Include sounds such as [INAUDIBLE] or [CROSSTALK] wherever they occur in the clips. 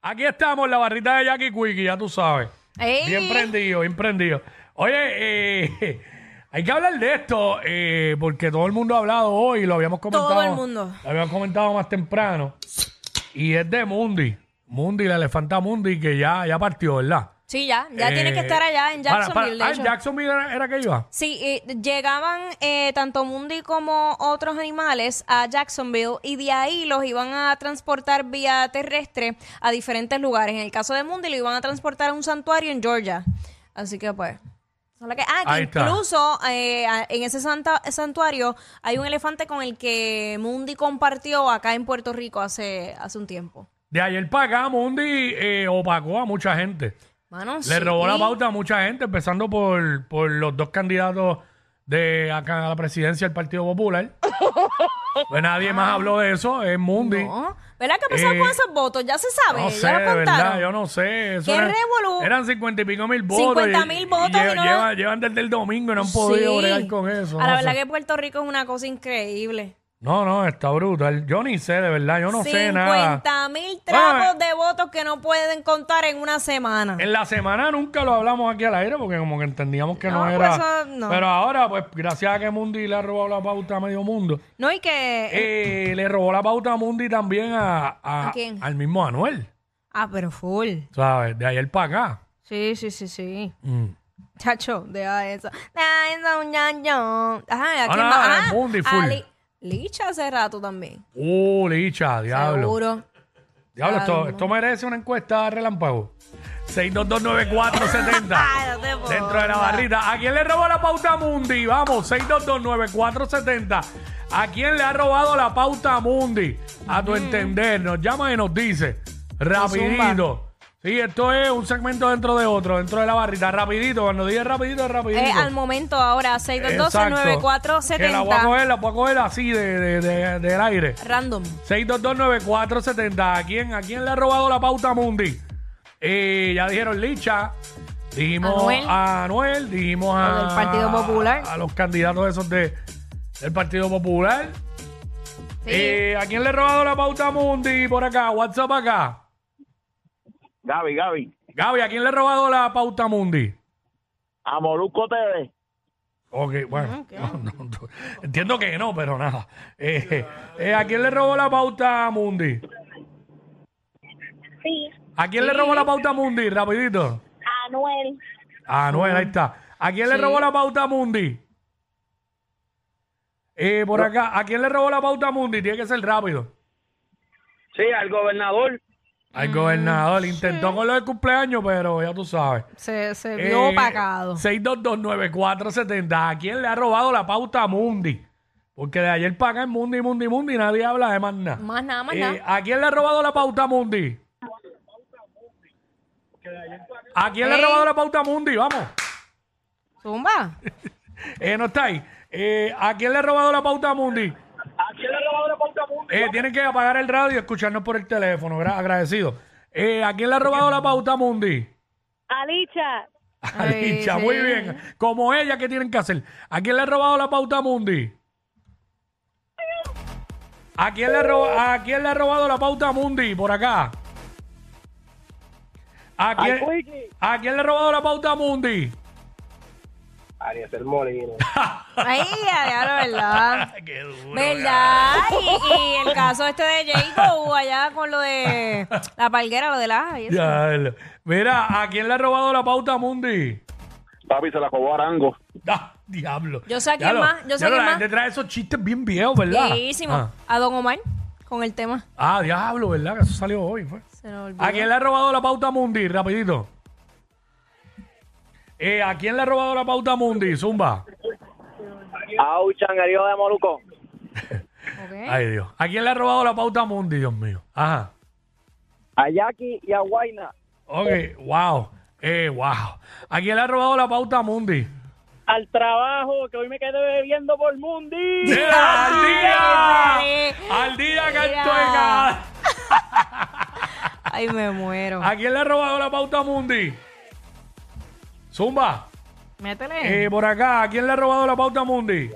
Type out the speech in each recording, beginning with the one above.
Aquí estamos, la barrita de Jackie Quickie, ya tú sabes. ¡Ey! Bien prendido, bien prendido. Oye, eh, [LAUGHS] hay que hablar de esto, eh, porque todo el mundo ha hablado hoy, lo habíamos comentado. el mundo. Lo habíamos comentado más temprano. Y es de Mundi. Mundi, la elefanta Mundi, que ya, ya partió, ¿verdad? Sí, ya. Ya Eh, tiene que estar allá en para- para- Jacksonville. de ah, hecho. en Jacksonville era, era que iba. Sí, eh, llegaban eh, tanto Mundi como otros animales a Jacksonville y de ahí los iban a transportar vía terrestre a diferentes lugares. En el caso de Mundi lo iban a transportar a un santuario en Georgia. Así que pues... son las que- ah, que Ahí está. incluso eh, a- en ese santa- santuario hay un elefante con el que Mundi compartió acá en Puerto Rico hace, hace un tiempo. De ayer para acá, Mundi eh, opacó a mucha gente. Bueno, Le robó la sí. pauta a mucha gente, empezando por, por los dos candidatos de acá a la presidencia del Partido [LAUGHS] Popular. pues nadie más habló de eso, es Mundi. Ah. No. ¿Verdad qué ha pasado Eh, con esos votos? Ya se sabe, No ya lo de contaron. verdad, yo no sé. Eso Qué eran- revolú. Eran cincuenta y pico mil votos. 50.000 y- y votos y lle- no- llevan, llevan desde el domingo y no han podido Sí. bregar con eso. A no la verdad sé. que Puerto Rico es una cosa increíble. No, no, está brutal. Yo ni sé, de verdad, yo no sé nada. mil Bueno, trapos eh. de votos que no pueden contar en una semana. En la semana nunca lo hablamos aquí al aire porque como que entendíamos que no, No, pues era. eso no. Pero ahora, pues gracias a que Mundi le ha robado la pauta a medio mundo. No, y que... Eh, le robó la pauta a Mundi también a, a- ¿A quién? al mismo Anuel, Ah, pero full. ¿sabes? De ayer para acá. Sí, sí, sí, sí. Mm. Chacho, deja eso. Deja eso, ñaño. Ajá, Ah, aquí no, más. no, Ah, Mundi full. Ali- Licha hace rato también. Uh, licha, diablo. Seguro. Diablo, esto, Diablo. esto merece una encuesta relámpago. 6229470. [LAUGHS] Ay, Ah, no te puedo Dentro de la hablar. barrita. ¿A quién le robó la pauta a Mundi? Vamos, 6229470. ¿A quién le ha robado la pauta a Mundi? A Mm. tu entender, nos llama y nos dice. Rapidito. Sí, esto es un segmento dentro de otro, dentro de la barrita. Rapidito, cuando dije rapidito, es rapidito. Eh, al momento ahora, Exacto. Que la voy a 612-9470. coger, la voy a coger así de, de- de- del aire. Random. 6229470. ¿A quién, ¿A quién le ha robado la pauta a Mundi? Eh, ya dijeron Licha. Dijimos Anuel. a Anuel. Dijimos a. Lo del Partido Popular. A los candidatos esos de, del Partido Popular. Sí. Eh, ¿A quién le ha robado la pauta a Mundi? Por acá, WhatsApp acá. Gaby, Gaby, Gaby, ¿a quién le ha robado la pauta a Mundi? a Molusco TV. Ok, bueno. [LAUGHS] no, no, no. entiendo que no, pero nada. Eh, eh, ¿A quién le robó la pauta a Mundi? Sí, ¿A quién le robó la pauta a Mundi? Rapidito. Anuel, Ah, no, ahí está. ¿A quién le robó la pauta a Mundi? Eh, por acá, ¿a quién le robó la pauta a Mundi? Tiene que ser rápido. Sí, al gobernador. Al gobernador, intentó con lo del cumpleaños, pero ya tú sabes. Se, se Eh, vio opacado. 6229470. ¿A quién le ha robado la pauta a Mundi? Porque de ayer para acá en Mundi, Mundi, Mundi, nadie habla de más nada. Más nada, más Eh, nada. ¿A quién le ha robado la pauta a Mundi? ¿A quién le ha Ey. robado la pauta a Mundi? Vamos. Zumba. Eh, no está ahí. Eh, ¿A quién le ha robado la pauta a Mundi? ¿A quién le robó la pauta a Mundi? Eh, tienen que apagar el radio y escucharnos por el teléfono. gra- Agradecido. Eh, ¿A quién le ha robado la pauta a Mundi? [LAUGHS] Alicia, A Ay, Licha, sí. muy bien. Como ella, ¿qué tienen que hacer? ¿A quién le ha robado la pauta a Mundi? ¿A quién le, ha roba- a quién le ha robado la pauta a Mundi por acá? ¿A quién, Quickie. ¿A quién le ha robado la pauta a Mundi? Arias el Molino. Ay, ya, la verdad. [LAUGHS] Qué duro. ¿Verdad? Y, y el caso este [LAUGHS] de Jacob allá con lo de la palguera, lo de la... y eso. Diablo. Mira, ¿a quién le ha robado la pauta a Mundi? Papi se la cobró Arango. Ah, diablo. Yo sé a quién Diablo. más, yo sé Diablo, a quién la más. gente trae esos chistes bien viejos, ¿verdad? Viejísimo. Ah. A Don Omar con el tema. Ah, diablo, ¿verdad? Que eso salió hoy. Fue. Se nos olvidó. ¿A quién le ha robado la pauta a Mundi? Rapidito. Eh, ¿A quién le ha robado la pauta a Mundi? Zumba. A un changarío de Molusco. Ok. ¿Eh? Ay, Dios. ¿A quién le ha robado la pauta a Mundi, Dios mío? Ajá. A Jackie y a Guaina. Ok, wow. Eh, wow. ¿A quién le ha robado la pauta a Mundi? [LAUGHS] Al trabajo, que hoy me quedé bebiendo por Mundi. ¡Mira, ¡Al Ay, día! ¡Al día, mira. Cantueca! Ay, me muero. ¿A quién le ha robado la pauta a Mundi? Zumba, Métele. eh, por acá, ¿a quién le ha robado la pauta a Mundi?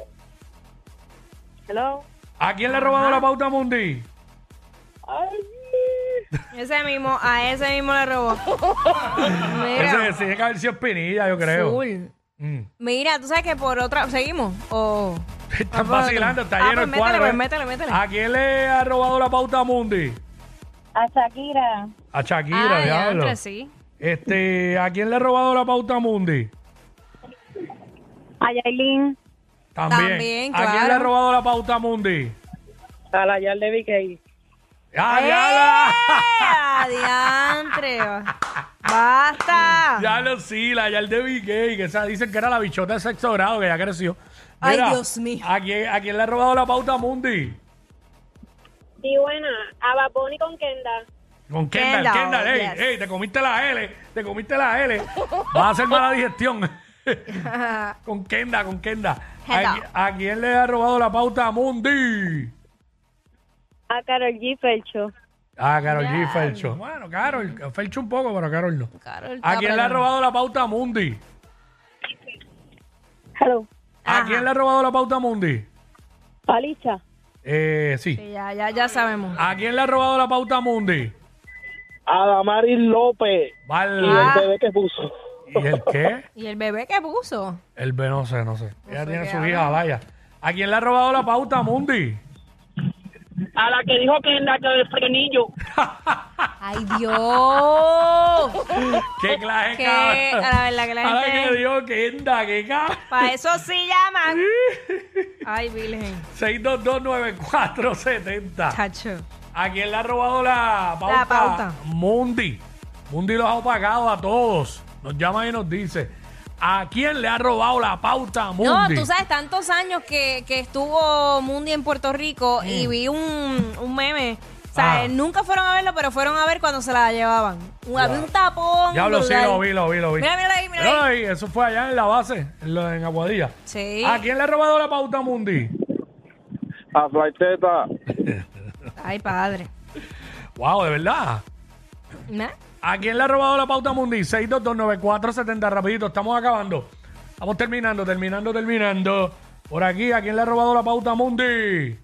Hello. ¿A quién le ha robado la pauta a Mundi? Ese mismo, a ese mismo [LAUGHS] le robó. Mira. Ese, se tiene que haber sido Espinilla, yo creo. full. Mm. Mira, tú sabes que por otra. ¿Seguimos? O. Están Vamos a vacilando, está otro. Ah, lleno el pues métele, cuadro. pues ¿eh? métele, métele. ¿A quién le ha robado la pauta a Mundi? A Shakira. A Shakira, ah, ya, diablo. entre sí. Este, ¿a quién le ha robado la pauta a Mundi? A Yailin. También. También, ¿A quién claro. le ha robado la pauta a Mundi? A la Yal de BK. ¡Ah, [LAUGHS] ¡Eh! diabla! ¡Ah, diantre! ¡Basta! Ya lo sí, la ya el de BK, que esa dicen que era la bichota de sexto grado, que ya creció. Ay, Dios mío. ¿a quién, ¿A quién le ha robado la pauta a Mundi? Sí, buena. A Baboni con Kenda. Con Kendall, Kendall, Kendall, ey, yes. ey, te comiste la L, te comiste la L. Vas a hacer mala [LAUGHS] digestión. con Kendall, con Kendall. ¿A, Hello. qui- a quién le ha robado la pauta a Mundi? A Carol G. Felcho. Ah, Carol G, Felcho. Bueno, Carol, Felcho un poco, pero Carol no. Carol, ¿A está quién le ha apretando. robado la pauta a Mundi? Hello. ¿A Ajá. quién le ha robado la pauta a Mundi? Alicia. Eh, sí. Sí, Ya, ya, ya sabemos. ¿A quién le ha robado la pauta a Mundi? A Damaris López. Vale. Ah. bebé que puso. ¿Y el qué? ¿Y el bebé que puso? El B, no sé, no sé. Ella tiene qué su habla. hija, vaya. ¿A quién le ha robado la pauta a Mundi? A la que dijo Kenda que del frenillo. ¡Ay, Dios! ¡Qué clase, Que, cabrón! [LAUGHS] a la verdad que la Ahora gente- que Dios, que enda, que [LAUGHS] cabrón. Para eso sí llaman. Ay, Virgen. 6229470. Chacho. ¿A quién le ha robado la pauta? La pauta. Mundi. Mundi los ha opacado a todos. Nos llama y nos dice. ¿A quién le ha robado la pauta a Mundi? No, tú sabes, tantos años que, que estuvo Mundi en Puerto Rico y vi un, un meme. O sea, Mm. Ah. nunca fueron a verlo, pero fueron a ver cuando se la llevaban. Un- Había un tapón. Ya lo sí, brutal. lo vi, lo vi, lo vi. Mira, mira ahí, mira Míralo ahí, Eso fue allá en la base, en, la- en Aguadilla. Sí. ¿A quién le ha robado la pauta a Mundi? A Flaiteta. Ay, padre. Wow, de verdad. ¿Nah? ¿A quién le ha robado la pauta Mundi? 6229470, rapidito, estamos acabando. Estamos terminando, terminando, terminando. Por aquí, ¿a quién le ha robado la pauta Mundi?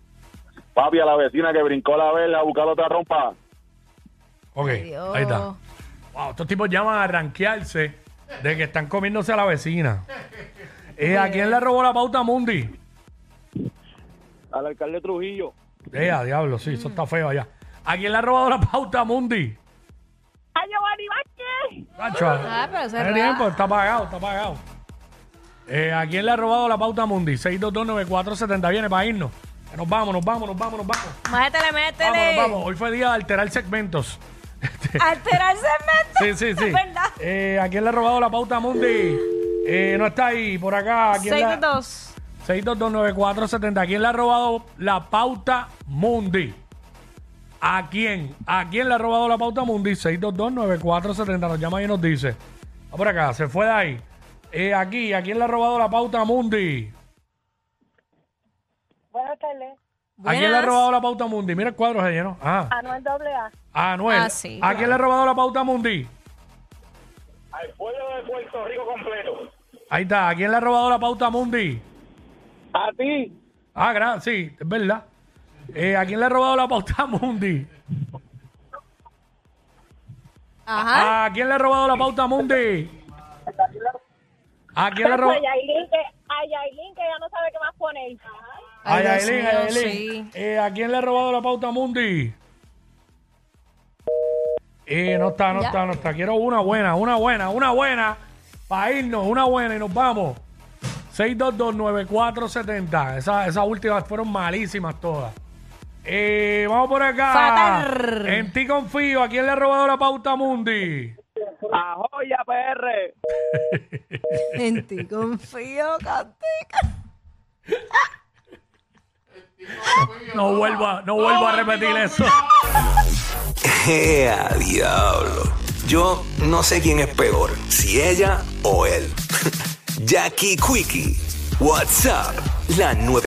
Papi, a la vecina que brincó la vela a buscar otra rompa. Ok, Dios. ahí está. Wow, estos tipos llaman a ranquearse de que están comiéndose a la vecina. Eh, ¿A quién le robó la pauta Mundi? Al alcalde Trujillo. Eh, a diablo, sí, eso está feo allá. ¿A quién le ha robado la pauta Mundi? A Giovanni Vázquez. Nacho, Ah, pero ese eh, tiene ra- tiempo, está pagado, está pagado. Eh, ¿A quién le ha robado la pauta Mundi? 6229470, viene para irnos. Que Nos vamos, nos vamos, nos vamos, nos vamos. Métele, Vámonos, métele. vamos. Hoy fue día de alterar segmentos. [LAUGHS] Este, Alterarse sí, [LAUGHS] sí, sí. Es verdad. Eh, ¿A quién le ha robado la pauta Mundi? Eh, no está ahí, por acá. ¿A quién le ha- 622. 6229470. ¿A quién le ha robado la pauta Mundi? ¿A quién? ¿A quién le ha robado la pauta Mundi? 6229470. Nos llama y nos dice. Va por acá, se fue de ahí. Eh, aquí, ¿a quién le ha robado la pauta Mundi? Buenas tardes. ¿A quién le ha Buenas. robado la pauta Mundi? Mira el cuadro se llenó. Ah, Anuel AA. a Anuel. Ah, sí, ¿A claro. quién le ha robado la pauta Mundi? Al pueblo de Puerto Rico completo. Ahí está. ¿A quién le ha robado la pauta Mundi? A ti. Ah, gracias. Sí, es verdad. Eh, ¿A quién le ha robado la pauta Mundi? Ajá. ¿A quién le ha robado la pauta Mundi? ¿A quién le ha Chacho, robado? A Ah, pues, Yailin, que, a Yailin, que ya no sabe qué más poner. Ay, Ay, Dios Yailin, mío, ay, Yailin. sí. Eh, ¿A quién le ha robado la pauta Mundi? Eh, no está, no Ya. está, no está. Quiero una buena, una buena, una buena. Para irnos, una buena y nos vamos. 6229470. Esa- Esas últimas fueron malísimas todas. Eh, vamos por acá. Fatal. En ti confío. ¿A quién le ha robado la pauta Mundi? A Joya PR. En ti confío, Cantica. No vuelva, no vuelvo a repetir eso. [LAUGHS] ¡Ea, diablo! Yo no sé quién es peor, si [LAUGHS] ella o él. Jackie Quickie, WhatsApp, la 9.